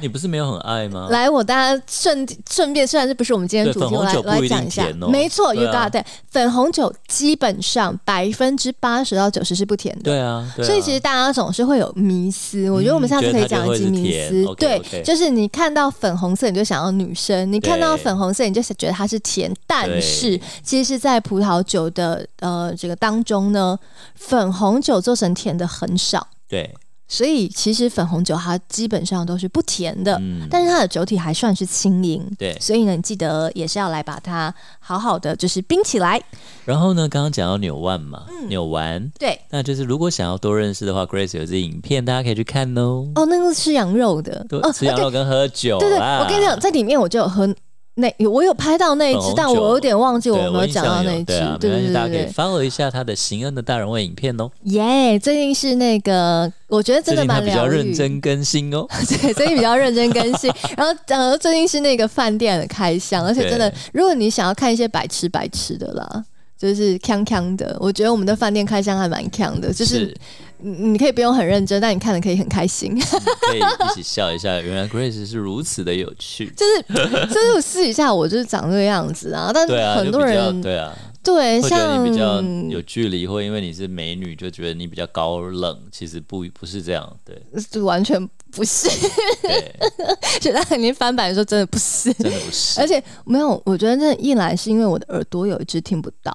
S2: 你不是没有很爱吗？
S1: 来，我大家顺顺便，虽然这不是我们今天
S2: 嗯对
S1: 主题，
S2: 粉
S1: 我
S2: 红
S1: 来
S2: 酒
S1: 我来
S2: 不一定
S1: 讲一下
S2: 甜。哦
S1: 没错
S2: 对
S1: ，You
S2: 啊
S1: got that。粉红酒基本上百分之八十到九十是不甜的。
S2: 对啊，对啊嗯
S1: 所以其实大家总是会有迷思，我觉得我们下次可以讲一集迷
S2: 觉得它就会是
S1: 思
S2: 甜。
S1: 对
S2: OK，OK，
S1: 就是你看到粉红色你就想要女生，你看到
S2: 对
S1: 粉红色你就觉得它是甜，但是
S2: 对
S1: 其实，在葡萄酒的呃这个当中呢，粉红酒做成甜的很少，
S2: 对，
S1: 所以其实粉红酒它基本上都是不甜的，
S2: 嗯，
S1: 但是它的酒体还算是轻盈。
S2: 对。
S1: 所以呢，你记得也是要来把它好好的就是冰起来。
S2: 然后呢，刚刚讲到纽万嘛，
S1: 嗯
S2: 纽完，
S1: 对，
S2: 那就是如果想要多认识的话，Grace 有支影片，大家可以去看哦。
S1: 哦，那个是吃羊肉的，
S2: 对
S1: 哦，，
S2: 吃羊肉跟喝酒
S1: 对对，
S2: 啦。
S1: 我跟你讲，，在里面我就有喝那，我有拍到那一
S2: 粉
S1: 只
S2: 红，
S1: 但
S2: 酒
S1: 我有点忘记我有没
S2: 我
S1: 有
S2: 印
S1: 讲
S2: 象
S1: 到
S2: 有
S1: 那一只
S2: 对啊，。没
S1: 对
S2: 关系，
S1: 对
S2: 大家
S1: 对
S2: 可以
S1: 对，
S2: follow 一下他的行恩的大人味影片哦。
S1: 耶！最近是那个，我觉得 真
S2: 最
S1: 的
S2: 近他
S1: 蛮
S2: 比较
S1: 疗愈
S2: 认。真更新哦。
S1: 对，最近比较认真更 新。然后，呃，最近是那个饭店的开箱，而且真的
S2: 对，
S1: 如果你想要看一些白吃白吃的啦。就是锵锵的，我觉得我们的饭店开箱还蛮锵的，就是你你可以不用很认真，但你看的可以很开心。
S2: 可以一起笑一下，原来 Grace 是如此的有 趣。
S1: 就是就是我私底下我就是长这个样子啊，但
S2: 对啊，
S1: 很
S2: 就
S1: 多
S2: 比较
S1: 人
S2: 对啊，
S1: 对
S2: 会觉得
S1: 像
S2: 你比较有距离，或因为你是美女，就觉得你比较高冷。其实不不是这样， 对
S1: 就完全不是，
S2: 对，
S1: 觉得你翻版的时候真的不是。
S2: 真的不是
S1: 而。且没有，我觉得那一来是因为我的耳朵有一只听不到，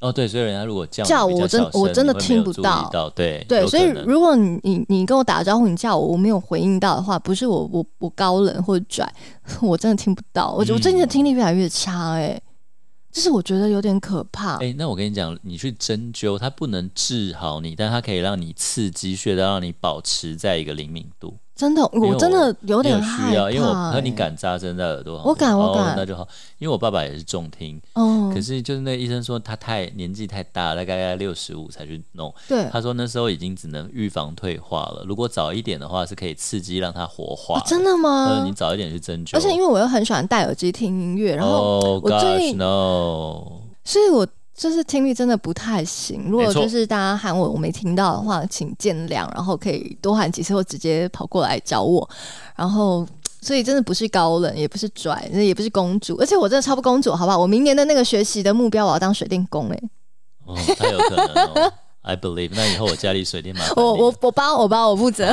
S2: 哦，对，所以人家如果叫你
S1: 叫我
S2: 比较
S1: 真
S2: 小声
S1: 我真的
S2: 你会没有
S1: 听不
S2: 注意
S1: 到
S2: 到，对
S1: 对，
S2: 有
S1: 所以
S2: 可能
S1: 如果你你你跟我打招呼，你叫我我没有回应到的话，不是我我我高冷或者拽， 我真的听不到。我觉得我最
S2: 嗯
S1: 近的听力越来越差、欸，就是我觉得有点可怕。
S2: 哎、那我跟你讲，你去针灸，它不能治好你，但它可以让你刺激穴道，让你保持在一个灵敏度。
S1: 真的，
S2: 为
S1: 我真的有
S2: 你
S1: 点
S2: 有
S1: 害怕、
S2: 需要，因为我
S1: 欸
S2: 和你，敢扎针在耳朵，
S1: 我敢我
S2: 哦
S1: 敢，
S2: 那就好。因为我爸爸也是重听，
S1: 哦
S2: 可，是就是那医生说他太年纪太大，大概六十五才去弄。
S1: 对，哦
S2: 他说那时候已经只能预防退化了，如果早一点的话是可以刺激让它活化、
S1: 哦真的
S2: 呃，
S1: 吗
S2: 你？早一点去针灸，
S1: 而且因为我又很喜欢戴耳机听音乐，然后
S2: 哦、
S1: 我
S2: gosh 哦
S1: 最近
S2: no，
S1: 所以我就是听力真的不太行。如果
S2: 没错
S1: 就是大家喊我我没听到的话，请见谅，然后可以多喊几次或直接跑过来找我。然后，所以真的不是高冷，也不是拽，也不是公主，而且我真的超不公主，好不好？我明年的那个学习的目标，我要当水电工、欸。
S2: 哦，他有可能哦，I believe。那以后我家里水电麻烦
S1: 我
S2: 你
S1: 我
S2: 了。
S1: 我帮我帮我负 责。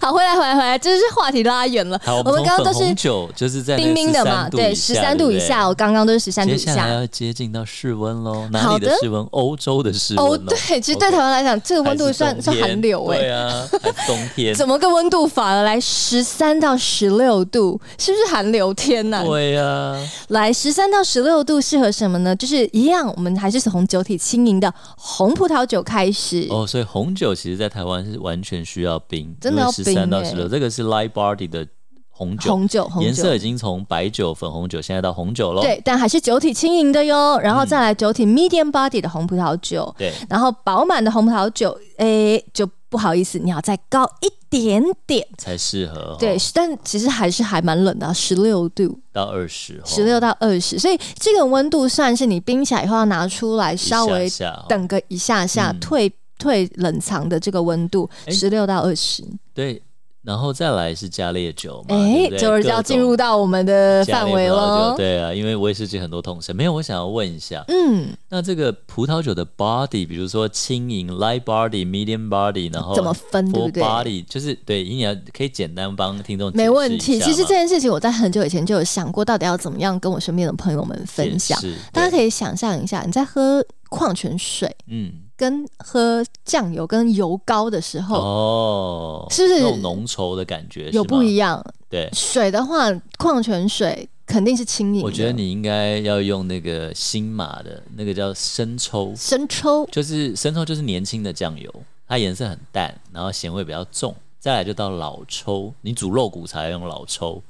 S1: 好，回来回来回来，这是话题拉远了。
S2: 好，我
S1: 我
S2: 们
S1: 们
S2: 从
S1: 刚刚
S2: 粉
S1: 都是
S2: 红酒就是在那
S1: 冰冰的嘛，
S2: 13度
S1: 对，
S2: 以
S1: 十
S2: 下
S1: 三
S2: 对
S1: 度
S2: 不
S1: 以
S2: 对
S1: 下，我刚刚都是十三度
S2: 接
S1: 以
S2: 下来
S1: 下。
S2: 要接近到室温喽，哪
S1: 好
S2: 里
S1: 的
S2: 的室温？欧洲的室温
S1: 哦，
S2: 咯
S1: 对，其实对
S2: OK
S1: 台湾来讲，这个温
S2: 还
S1: 度
S2: 是
S1: 算
S2: 冬
S1: 算寒
S2: 天
S1: 流哎、
S2: 对啊，还是冬 天，
S1: 怎么个温度法了？来十三到十六度，是不是寒流天呐、
S2: 对啊，
S1: 来十三到十六度适合什么呢？就是一样，我们还是从酒体轻盈的红葡萄酒开始。
S2: 哦，所以红酒其实在台湾是完全需要冰，
S1: 真的要
S2: 十
S1: 冰
S2: 三到
S1: 欸
S2: 十六，这个是 light body 的红酒，
S1: 红酒，红
S2: 颜色
S1: 酒
S2: 已，经从白酒、粉红酒，现在到红酒喽。
S1: 对，但还是酒体轻盈的哟。
S2: 嗯
S1: 然后再来酒体 medium body 的红葡萄酒，
S2: 对
S1: 然后饱满的红葡萄酒，诶，就不好意思，你要再高一点点。
S2: 才适合、哦，
S1: 对，，但其实还是还蛮冷的、啊，十六度。
S2: 到二十、哦，
S1: 十六到二十，所以这个温度算是你冰起来以后要拿出来
S2: 一
S1: 稍微
S2: 下下哦
S1: 等个一下下
S2: 嗯哎
S1: 退退冷藏的这个温度，
S2: 诶
S1: 十六到二十。
S2: 对。然后再来是加烈酒嘛，
S1: 哎
S2: 对不，对
S1: 就是要进入到我们的
S2: 各种加
S1: 范
S2: 烈
S1: 围
S2: 葡萄酒
S1: 喽。
S2: 对啊，因为威士忌很多通神。没有，我想要问一下，
S1: 嗯，
S2: 那这个葡萄酒的 body，比如说轻盈 light body、medium body，然后
S1: 怎么分
S2: full
S1: 对不对
S2: body，就是对，你要可以简单帮听众解释一
S1: 没
S2: 下
S1: 问题。
S2: 吗
S1: 其实这件事情我在很久以前就有想过，到底要怎么样跟我身边的朋友们分享。
S2: 解释
S1: 大家
S2: 对
S1: 可以想象一下，你在喝矿泉水
S2: 嗯
S1: 跟喝酱油跟油膏的时候，
S2: 哦，
S1: 是不是
S2: 那种浓稠的感觉
S1: 有不一
S2: 样？
S1: 样。
S2: 对，
S1: 水的话，矿泉水肯定是轻盈的。
S2: 我觉得你应该要用那个新马的那个叫生抽，
S1: 生抽
S2: 就是生抽就是年轻的酱油，它颜色很淡，然后咸味比较重。再来就到老抽，你煮肉骨茶要用老抽，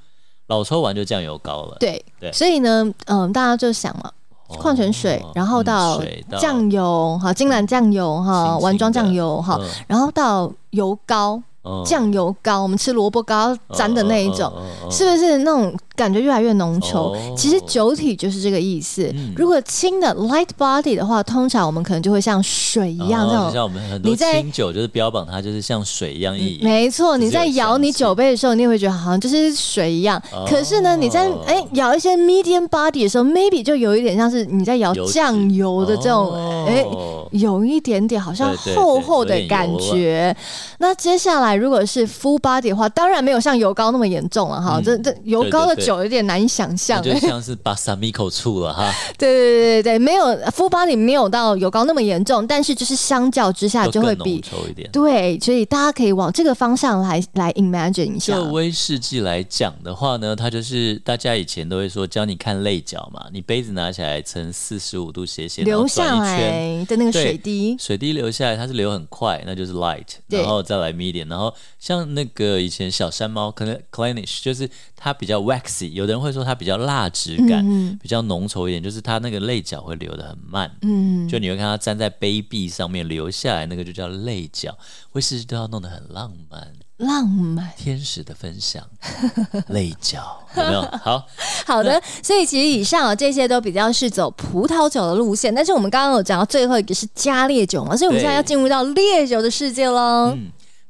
S2: 老抽完就酱油膏了。
S1: 对，
S2: 对
S1: 所以呢，嗯，大家就想嘛，
S2: 哦，
S1: 矿泉水，然后到
S2: 嗯水到
S1: 酱油，哈，金兰酱油，
S2: 清
S1: 哈，
S2: 清
S1: 丸庄
S2: 的
S1: 酱油，哈，
S2: 嗯
S1: 然后到油膏，
S2: 嗯
S1: 酱油膏，我们吃萝卜糕沾的那一种，
S2: 嗯嗯嗯嗯
S1: 是不是那种感觉越来越浓稠？
S2: 哦
S1: 其实酒体就是这个意思。
S2: 嗯
S1: 如果轻的 light body 的话，通常我们可能就会像水一样
S2: 哦
S1: 这
S2: 就
S1: 种。
S2: 像我们很多
S1: 你在
S2: 清酒就是标榜它就是像水一样一饮，
S1: 嗯没错，
S2: 嗯只是
S1: 你在
S2: 有
S1: 摇
S2: 香
S1: 你
S2: 气
S1: 酒杯的时候，你也会觉得好像就是水一样。
S2: 哦
S1: 可是呢，你在哎摇一些 medium body 的时候，maybe 就有一点像是你在摇
S2: 油脂
S1: 酱油的这种
S2: 哦
S1: 哎、有一点点好像
S2: 对对对
S1: 厚厚的
S2: 有点
S1: 感
S2: 油
S1: 觉。那接下来如果是 full body 的话，当然没有像油膏那么严重了哈。
S2: 嗯
S1: 这这油
S2: 对
S1: 膏的
S2: 对对
S1: 酒有点难以想
S2: 那
S1: 象，
S2: 就像是巴萨米口醋 了哈，
S1: 对对对对对，没有 full body 没有到油膏那么严重，但是就是相较之下就
S2: 更
S1: 会
S2: 浓
S1: 比
S2: 稠一点。
S1: 对，所以大家可以往这个方向来来 imagine 一下。
S2: 就威士忌来讲的话呢，它就是大家以前都会说教你看泪角嘛，你杯子拿起来呈四十五度斜斜，然后
S1: 流下
S2: 转一圈，
S1: 来的那个
S2: 对
S1: 水滴，
S2: 水滴流下来，它是流很快，那就是 light，
S1: 对
S2: 然后再来 medium，然后像那个以前小山猫 Cl- Clenish，就是它比较 waxy，有的人会说它比较蜡质
S1: 嗯
S2: 感，比较浓稠一点，就是它那个泪角会流得很慢，
S1: 嗯，
S2: 就你会看它站在杯壁上面流下来，那个就叫泪角。威士忌都要弄得很浪漫，
S1: 浪漫。
S2: 天使的分享， 泪角有没有？好，
S1: 好的，所以其实以上啊这些都比较是走葡萄酒的路线，但是我们刚刚有讲到最后一个是加烈酒嘛，所以我们
S2: 对嗯
S1: 现在要进入到烈酒的世界喽。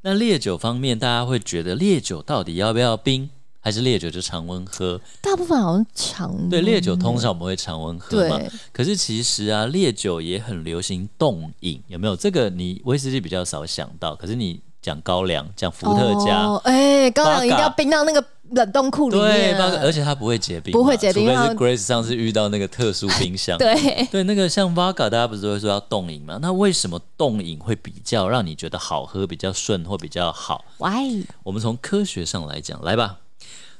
S2: 那烈酒方面，大家会觉得烈酒到底要不要冰，还是烈酒就常温喝？
S1: 大部分好像常
S2: 对，烈酒通常我们会常温喝嘛
S1: 嗯对。
S2: 可是其实啊，烈酒也很流行冻饮，有没有？这个你威士忌比较少想到，可是你讲高粱、讲伏特加，
S1: 哦哎、高粱一定要
S2: Vodka
S1: 冰到那个冷冻库里
S2: 对，
S1: 面
S2: 包括
S1: 啊，
S2: 而且它不会结冰嘛，
S1: 不会结冰
S2: 除非
S1: 因为
S2: 是 Grace 上次遇到那个特殊冰箱。
S1: 对。
S2: 对，那个像 Vaga，大家不是都会说要冻饮嘛？那为什么冻饮会比较让你觉得好喝、比较顺或比较好？
S1: 喂，
S2: 我们从科学上来讲，来吧。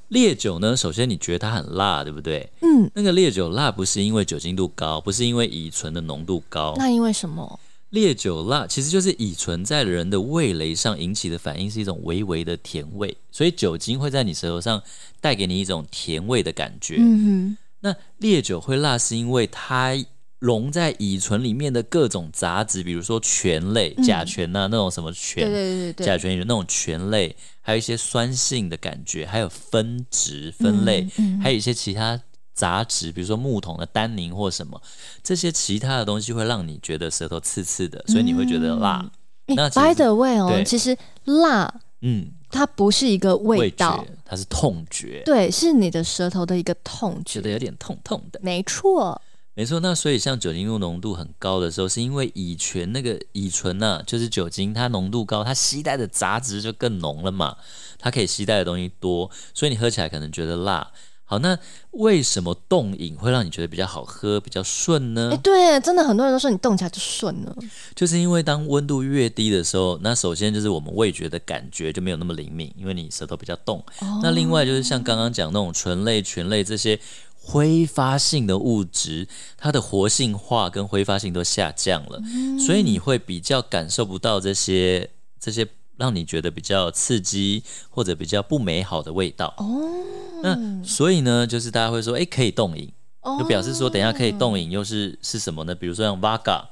S2: 烈酒呢，首先你觉得它很辣，对不对？
S1: 嗯，
S2: 那个烈酒辣不是因为酒精度高，不是因为乙醇的浓度高，
S1: 那因为什么？
S2: 烈酒辣其实就是乙醇在人的味蕾上引起的反应，是一种微微的甜味，所以酒精会在你舌头上带给你一种甜味的感觉。
S1: 嗯
S2: 那烈酒会辣，是因为它溶在乙醇里面的各种杂质，比如说醛类、甲醛啊呐、那种什么
S1: 嗯哼，对
S2: 醛，
S1: 对对对
S2: 甲
S1: 对，
S2: 醛有那种醛类，还有一些酸性的感觉，还有分值分类，
S1: 嗯
S2: 还有一些其他杂质，比如说木桶的单宁或什么，这些其他的东西会让你觉得舌头刺刺的，所以你会觉得辣。那其实
S1: By the way 哦，
S2: 对
S1: 其实辣
S2: 嗯，
S1: 它不是一个味
S2: 味
S1: 道，
S2: 觉它是痛觉，
S1: 对，是你的舌头的一个痛
S2: 觉
S1: 觉。
S2: 得有点痛痛的。
S1: 没错，
S2: 没错，那所以像酒精度浓度很高的时候，是因为乙醛那个乙醇呢、就是酒精，它浓度高，它吸带的杂质就更浓了嘛，它可以吸带的东西多，所以你喝起来可能觉得辣。好，那为什么冻饮会让你觉得比较好喝、比较顺呢？
S1: 哎、对，真的很多人都说你动起来就顺了，
S2: 就是因为当温度越低的时候，那首先就是我们味觉的感觉就没有那么灵敏，因为你舌头比较冻。那另外就是像刚刚讲那种醇类、醛类这些挥发性的物质，它的活性化跟挥发性都下降了，所以你会比较感受不到这些这些让你觉得比较刺激或者比较不美好的味道。哦，那所以呢，就是哎大家会说，诶，可以冻饮。
S1: 哦
S2: 就表示说，等一下可以冻饮又是是什么呢？比如说像 Vaga，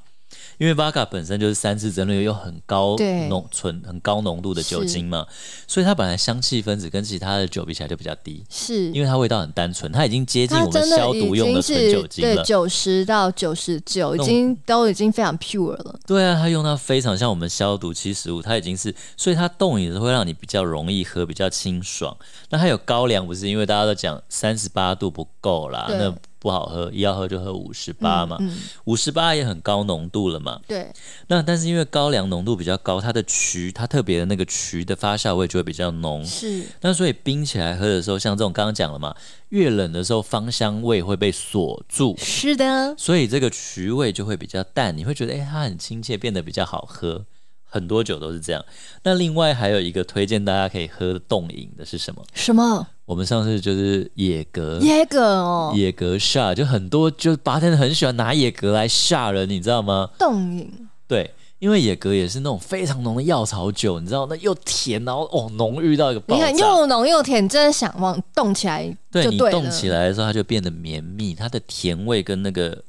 S2: 因为 v a g a 本身就是三次蒸馏又很高
S1: 对
S2: 浓醇、很高浓度的酒精嘛，所以它本来香气分子跟其他的酒比起来就比较低，
S1: 是
S2: 因为它味道很单纯，它已经接近
S1: 它
S2: 我们
S1: 真的
S2: 消
S1: 已
S2: 毒用
S1: 经
S2: 的纯
S1: 是
S2: 酒精
S1: 对
S2: 了。
S1: 九十到九十九，已
S2: 那种
S1: 经都已经非常 pure 了。
S2: 对啊，它用到非常像我们消毒七十五，它已经是，所以它冻饮是会让你比较容易喝，比较清爽。那还有高粱，不是因为大家都讲三十八度不够啦，
S1: 对
S2: 那不好喝，一要喝就喝五十八嘛，
S1: 嗯，
S2: 五十八也很高浓度了嘛。
S1: 对，
S2: 那但是因为高粱浓度比较高，它的曲它特别的那个曲的发酵味就会比较浓。
S1: 是
S2: 那所以冰起来喝的时候，像这种刚刚讲了嘛，越冷的时候芳香味会被锁住，
S1: 是的，
S2: 所以这个曲味就会比较淡，你会觉得诶，它很亲切，变得比较好喝。很多酒都是这样。那另外还有一个推荐大家可以喝的冻饮的是什么？
S1: 什么
S2: 我们上次就是野格。
S1: 耶格哦，
S2: 野格下就很多，就是拔天很喜欢拿野格来吓人，你知道吗？
S1: 冻饮
S2: 对，因为野格也是那种非常浓的药草酒，你知道，那又甜，然后哦浓郁到一个爆
S1: 你看
S2: 炸。
S1: 又浓又甜，真的想往冻起来
S2: 对
S1: 就
S2: 你
S1: 对
S2: 冻
S1: 了
S2: 起来的时候，它就变得绵密，它的甜味跟那个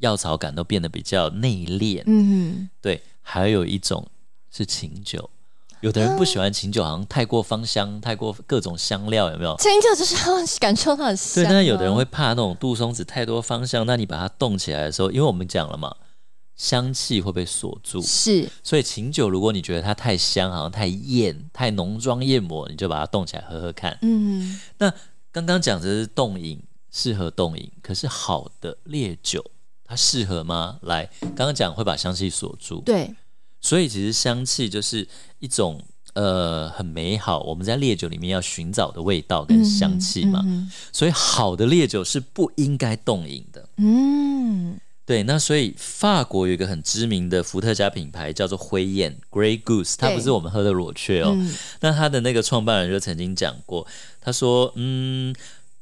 S2: 药草感都变得比较内敛。
S1: 嗯，
S2: 对，还有一种是琴酒，有的人不喜欢琴酒，好像太过芳香，太过各种香料，有没有？
S1: 清酒就是要感受它的香
S2: 对，
S1: 啊。
S2: 但是有的人会怕那种杜松子太多芳香，那你把它冻起来的时候，因为我们讲了嘛，香气会被锁住，
S1: 是
S2: 所以琴酒，如果你觉得它太香，好像太艳、太浓妆艳抹，你就把它冻起来喝喝看。
S1: 嗯
S2: 那刚刚讲的是冻饮，适合冻饮，可是好的烈酒它适合吗？来，刚刚讲会把香气锁住，
S1: 对
S2: 所以其实香气就是一种呃很美好，我们在烈酒里面要寻找的味道跟香气嘛。
S1: 嗯
S2: 所以好的烈酒是不应该冻饮的。
S1: 嗯
S2: 对，那所以法国有一个很知名的伏特加品牌叫做灰雁 （Grey Goose），它
S1: 对
S2: 不是我们喝的裸雀哦。
S1: 嗯
S2: 那它的那个创办人就曾经讲过，他说：“嗯，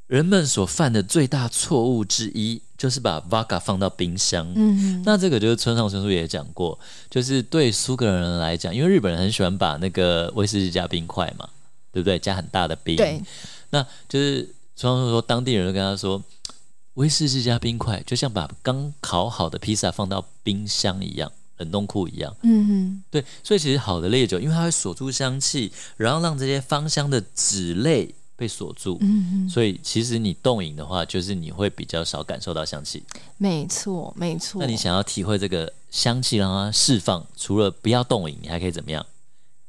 S2: 人们所犯的最大错误之一，就是把 vodka 放到冰箱。
S1: 嗯
S2: 那这个就是村上春树也讲过，就是对苏格兰人来讲，因为日本人很喜欢把那个威士忌加冰块嘛，对不对？加很大的冰。
S1: 对，
S2: 那就是村上春树说，当地人就跟他说，威士忌加冰块就像把刚烤好的披萨放到冰箱一样，冷冻库一样。
S1: 嗯
S2: 对，所以其实好的烈酒，因为它会锁住香气，然后让这些芳香的脂类被锁住。
S1: 嗯，
S2: 所以其实你冻饮的话，就是你会比较少感受到香气。
S1: 没错没错。
S2: 那你想要体会这个香气，让它释放，除了不要冻饮，你还可以怎么样？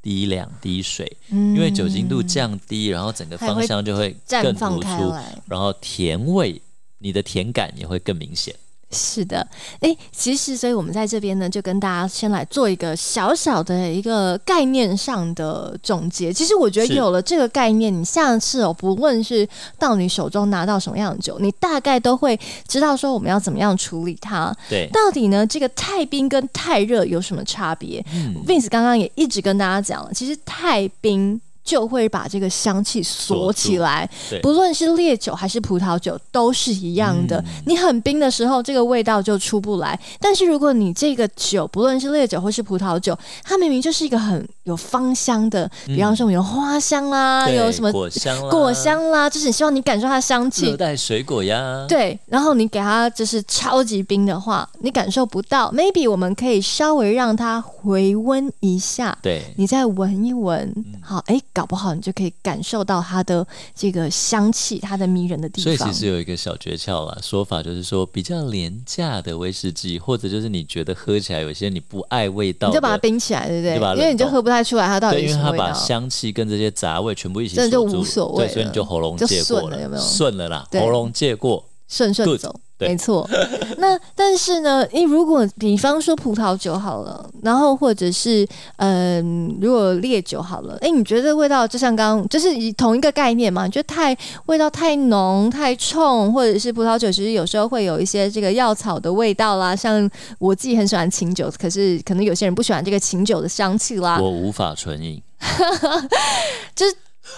S2: 低量滴水，
S1: 因
S2: 因为酒精度降低，然后整个芳香就会更
S1: 嗯绽
S2: 突
S1: 放开
S2: 出，
S1: 来。
S2: 然后甜味，你的甜感也会更明显。
S1: 是的，诶，其实，所以我们在这边呢，就跟大家先来做一个小小的一个概念上的总结。其实我觉得
S2: 是
S1: 有了这个概念，你下次哦，不论是到你手中拿到什么样的酒，你大概都会知道说我们要怎么样处理它。
S2: 对，
S1: 到底呢，这个太冰跟太热有什么差别、v
S2: 嗯
S1: i n c e 刚刚也一直跟大家讲了，其实太冰。就会把这个香气锁起来
S2: 锁住对，
S1: 不论是烈酒还是葡萄酒都是一样
S2: 嗯
S1: 的。你很冰的时候，这个味道就出不来。但是如果你这个酒，不论是烈酒或是葡萄酒，它明明就是一个很有芳香的，比方说我们有花香啦，
S2: 嗯对
S1: 有什么
S2: 果香啊啦、
S1: 果、香啦，就是你希望你感受它的香气
S2: 热带水果呀？
S1: 对，然后你给它就是超级冰的话，你感受不到。Maybe 我们可以稍微让它回温一下，
S2: 对
S1: 你再闻一闻，
S2: 嗯
S1: 好，哎，搞不好你就可以感受到它的这个香气，它的迷人的地
S2: 所以
S1: 方。
S2: 其实有一个小诀窍啦，说法就是说，比较廉价的威士忌，或者就是你觉得喝起来有些你不爱味道
S1: 你
S2: 的，
S1: 就把它冰起来，对不
S2: 你就把它
S1: 对？
S2: 冷
S1: 因为你就
S2: 冻
S1: 喝不太出来它到
S2: 对，
S1: 底
S2: 因
S1: 是
S2: 为
S1: 什么
S2: 它
S1: 味
S2: 把
S1: 道。
S2: 香气跟这些杂味全部一起
S1: 真的就
S2: 锁住
S1: 无所谓
S2: 对，所以你就
S1: 了
S2: 喉咙
S1: 就
S2: 借
S1: 顺
S2: 过
S1: 了有没有
S2: 顺了啦，
S1: 对
S2: 喉咙借过，
S1: 顺顺
S2: Good，
S1: 走。
S2: 对
S1: 没错， 那但是呢，诶，如果比方说葡萄酒好了，然后或者是嗯、如果烈酒好了，诶，你觉得味道就像刚刚就是以同一个概念嘛？你觉得太味道太浓、太冲，或者是葡萄酒其实有时候会有一些这个药草的味道啦，像我自己很喜欢琴酒，可是可能有些人不喜欢这个琴酒的香气啦。
S2: 我无法纯饮。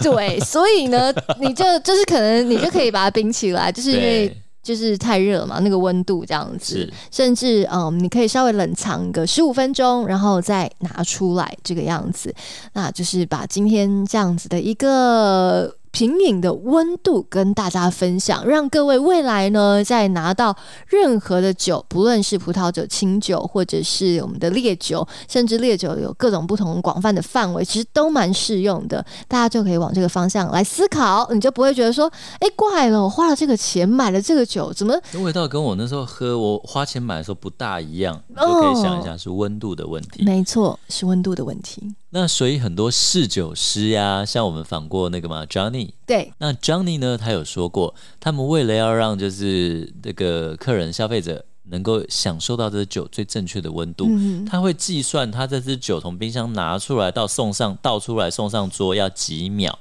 S1: 对，所以呢，你就就是可能你就可以把它冰起来，就是因为
S2: 对，
S1: 就是太热了嘛，那个温度这样子
S2: 是，
S1: 甚至嗯，你可以稍微冷藏个十五分钟，然后再拿出来这个样子，那就是把今天这样子的一个品饮的温度跟大家分享，让各位未来呢，在拿到任何的酒，不论是葡萄酒、清酒，或者是我们的烈酒，甚至烈酒有各种不同广泛的范围，其实都蛮适用的。大家就可以往这个方向来思考，你就不会觉得说，哎，怪了，我花了这个钱买了这个酒，怎么
S2: 那味道跟我那时候喝我花钱买的时候不大一样，你就可以想一下是温度的问题。
S1: 哦没错，是温度的问题。
S2: 那所以很多侍酒师呀，像我们访过那个嘛 Johnny，
S1: 对，
S2: 那 Johnny 呢，他有说过，他们为了要让就是那个客人消费者能够享受到这酒最正确的温度，
S1: 嗯，
S2: 他会计算他这支酒从冰箱拿出来到送上倒出来送上桌要几秒，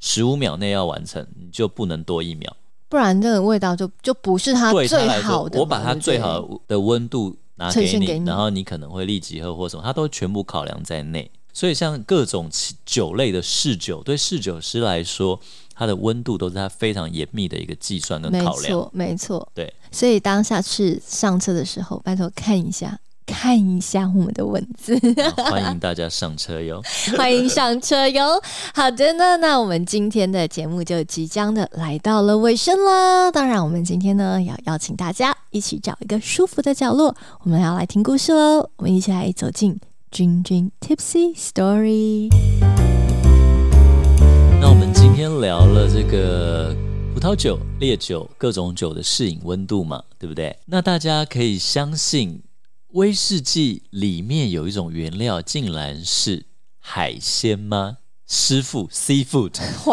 S2: 十五秒内要完成，你就不能多一秒。
S1: 不然这个味道就就不是它
S2: 对他
S1: 啊最
S2: 来
S1: 好
S2: 说，
S1: 的嘛。
S2: 我把
S1: 对
S2: 它
S1: 不
S2: 最
S1: 对
S2: 好的温度拿
S1: 呈
S2: 给
S1: 现
S2: 你，
S1: 给你
S2: 然后你可能会立即喝或什么，它都全部考量在内。所以像各种其酒类的侍酒，对侍酒师来说，它的温度都是它非常严密的一个计算跟
S1: 没
S2: 考量。
S1: 错，没错。
S2: 对，
S1: 所以当下次上车的时候，拜托看一下。看一下我们的文字，
S2: 然后啊欢迎大家上车哟。
S1: 欢迎上车哟。好的呢，那我们今天的节目就即将的来到了尾声啦。当然，我们今天呢要邀请大家一起找一个舒服的角落，我们要来听故事喽。我们一起来走进君君 Tipsy Story。
S2: 那我们今天聊了这个葡萄酒、烈酒、各种酒的适饮温度嘛，对不对？那大家可以相信，威士忌里面有一种原料，竟然是海鲜吗？师傅 seafood，seafood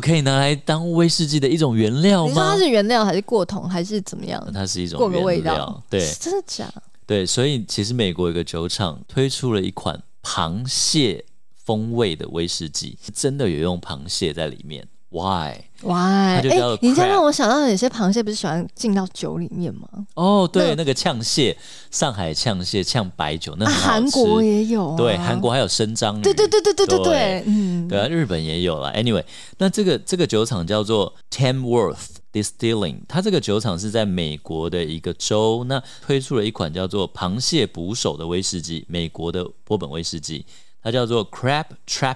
S1: What？
S2: 可以拿来当威士忌的一种原料
S1: 你说它
S2: 吗？
S1: 是原料还是过桶还是怎么样？
S2: 它是一种
S1: 过个味
S2: 原
S1: 道
S2: 料，？对
S1: 真的假的？
S2: 对，所以其实美国有个酒厂推出了一款螃蟹风味的威士忌，是真的有用螃蟹在里面。Why？
S1: 哇，
S2: 它
S1: 哎、
S2: 就叫
S1: 你这样
S2: crab
S1: 让我想到，有些螃蟹不是喜欢进到酒里面吗？
S2: 哦，
S1: 那
S2: 对，
S1: 个
S2: 那个呛蟹，上海呛蟹呛白酒，那
S1: 啊，
S2: 很好
S1: 韩
S2: 吃
S1: 国也有、啊，
S2: 对，韩，国还有生章鱼，
S1: 对对对对对对
S2: 对
S1: 对，嗯，
S2: 对啊，日本也有啦。Anyway，那这个这个酒厂叫做 Tamworth Distilling，它这个酒厂是在美国的一个州，那推出了一款叫做螃蟹捕手的威士忌，美国的波本威士忌，它叫做 Crab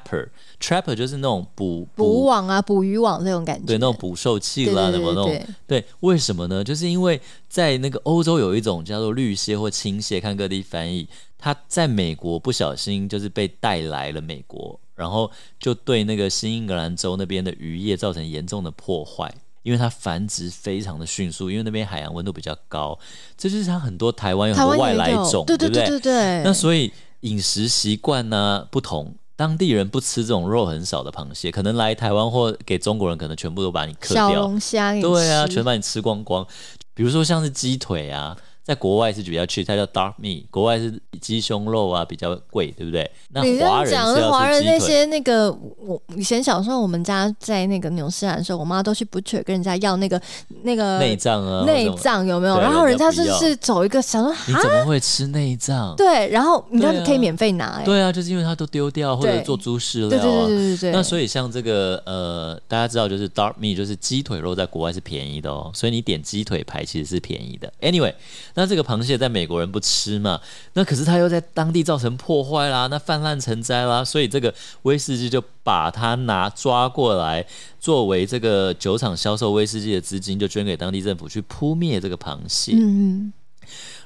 S2: Trapper，Trapper 就是那种捕
S1: 捕网啊，捕鱼网这种感觉，
S2: 对，那种捕兽器啦，
S1: 对对
S2: 什么那
S1: 对
S2: 种，对，为什么呢？就是因为在那个欧洲有一种叫做绿蟹或青蟹，看各地翻译，它在美国不小心就是被带来了美国，然后就对那个新英格兰州那边的渔业造成严重的破坏。因为它繁殖非常的迅速，因为那边海洋温度比较高，这就是它很多台湾有很
S1: 台
S2: 多
S1: 湾
S2: 外
S1: 也
S2: 来
S1: 有
S2: 种，
S1: 对
S2: 不
S1: 对对对，
S2: 那所以饮食习惯呢不同，当地人不吃这种肉很少的螃蟹，可能来台湾或给中国人，可能全部都把你克
S1: 小
S2: 掉，
S1: 龙虾给你吃，
S2: 对啊，全把你吃光光。比如说像是鸡腿啊，在国外是比较去，它叫 dark meat，国外是鸡胸肉啊比较贵，对不对？那
S1: 你这
S2: 华
S1: 样
S2: 人
S1: 讲，
S2: 是
S1: 那华
S2: 要
S1: 人
S2: 吃鸡
S1: 那
S2: 腿。
S1: 些那个，我以前小时候我们家在那个纽西兰的时候，我妈都去 butcher 跟人家要那个那个
S2: 内脏啊，
S1: 呃内
S2: 或者什么，
S1: 脏有没有？
S2: 对
S1: 然后人
S2: 人家
S1: 家
S2: 不
S1: 就
S2: 要
S1: 是走一个想说
S2: 你
S1: 哈，
S2: 怎么会吃内脏？
S1: 对，然后你知道
S2: 对啊
S1: 可以免费拿、哎，
S2: 对啊，就是因为它都丢掉或者
S1: 对
S2: 做猪饲
S1: 对对
S2: 料啊
S1: 对，对对对，
S2: 那所以像这个呃，大家知道就是 dark meat，就是鸡腿肉在国外是便宜的哦，所以你点鸡腿排其实是便宜的。Anyway，那这个螃蟹在美国人不吃嘛，那可是它又在当地造成破坏啦，那泛滥成灾啦，所以这个威士忌就把它拿抓过来，作为这个酒厂销售威士忌的资金，就捐给当地政府去扑灭这个螃蟹。
S1: 嗯嗯，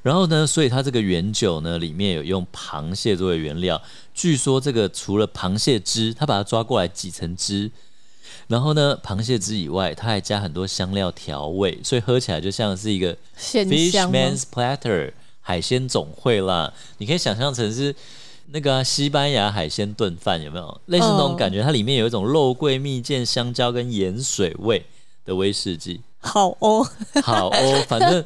S2: 然后呢，所以它这个原酒呢，里面有用螃蟹作为原料。据说这个除了螃蟹汁，它把它抓过来挤成汁，然后呢，螃蟹汁以外，它还加很多香料调味，所以喝起来就像是一个
S1: 现香吗
S2: Fishman's Platter 海鲜总会啦。你可以想象成是那个啊、西班牙海鲜炖饭，有没有类似那种
S1: 嗯
S2: 感觉？它里面有一种肉桂、蜜饯、香蕉跟盐水味的威士忌。
S1: 好哦，
S2: 好哦，反正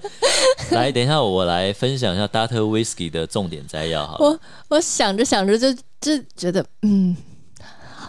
S2: 来，等一下我来分享一下 Data Whisky 的重点摘要好了。
S1: 我我想着想着就就觉得，嗯，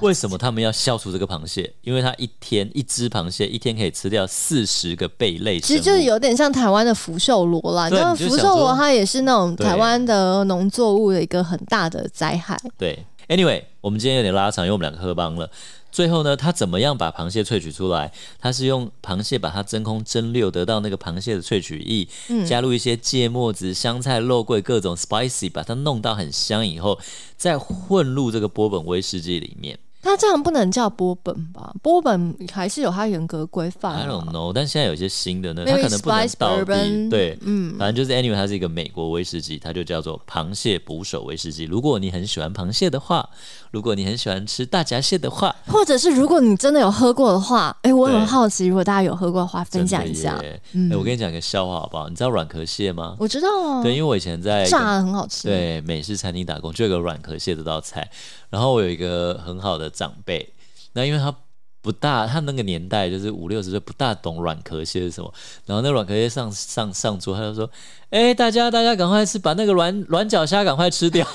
S2: 为什么他们要消除这个螃蟹？因为它一天一只螃蟹一天可以吃掉四十个贝类
S1: 其
S2: 生物，
S1: 实就是有点像台湾的福寿螺啦。你
S2: 对
S1: 知道
S2: 你就
S1: 福
S2: 想
S1: 寿螺
S2: 说
S1: 它也是那种
S2: 对
S1: 台湾的农作物的一个很大的灾害。
S2: 对。Anyway，我们今天有点拉长，因为我们两个喝帮了。最后呢，他怎么样把螃蟹萃取出来？他是用螃蟹把它真空蒸馏，得到那个螃蟹的萃取液，
S1: 嗯
S2: 加入一些芥末子、香菜、肉桂各种 spicy，把它弄到很香以后，再混入这个波本威士忌里面。
S1: 它这样不能叫波本吧？波本还是有它严格规范、
S2: I don't
S1: 啊。
S2: know，但现在有些新的呢，它
S1: Maybe
S2: 可能不能
S1: spice
S2: 倒地
S1: bourbon，
S2: 对，
S1: 嗯，
S2: 反正就是 anyway，它是一个美国威士忌，它就叫做螃蟹捕手威士忌。如果你很喜欢螃蟹的话，如果你很喜欢吃大闸蟹的话，
S1: 或者是如果你真的有喝过的话，哎、我
S2: 对
S1: 很好奇，如果大家有喝过的话，分享一
S2: 真
S1: 下嗯
S2: 的。耶。哎我跟你讲个笑话好不好？你知道软壳蟹吗？
S1: 我知道啊，
S2: 对，因为我以前在
S1: 炸的很好吃。，
S2: 对美式餐厅打工，就有个软壳蟹这道菜。然后我有一个很好的长辈，那因为他不大，他那个年代就是五六十岁，不大懂软壳蟹是什么。然后那软壳蟹上上上桌，他就说：“哎、大家大家赶快吃，把那个软软脚虾赶快 吃掉。”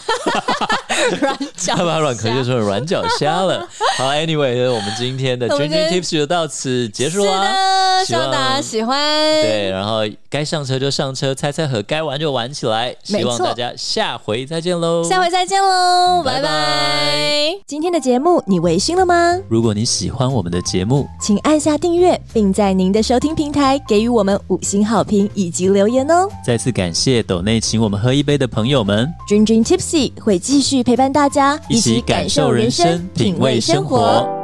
S1: 软脚
S2: 他把软壳蟹说成软脚虾了。好，anyway，我们今 天的
S1: 我
S2: 君
S1: 们
S2: 君
S1: 今天
S2: Tips 就到此结束
S1: 是
S2: 啦。
S1: 的，
S2: 希
S1: 希望大家
S2: 望
S1: 喜欢。
S2: 对，然后该上车就上车，猜猜盒该玩就玩起来。希
S1: 没
S2: 望
S1: 错
S2: 大家下回再见喽。
S1: 下回再见喽，
S2: 拜拜
S1: 拜拜！今天的节目你微醺了吗？
S2: 如果你喜欢我们的节目，
S1: 请按下订阅，并在您的收听平台给予我们五星好评以及留言哦。
S2: 再次感谢斗内请我们喝一杯的朋友们，
S1: 君君 Tipsy 会继续陪伴大家，
S2: 一起感受人生，品味生活。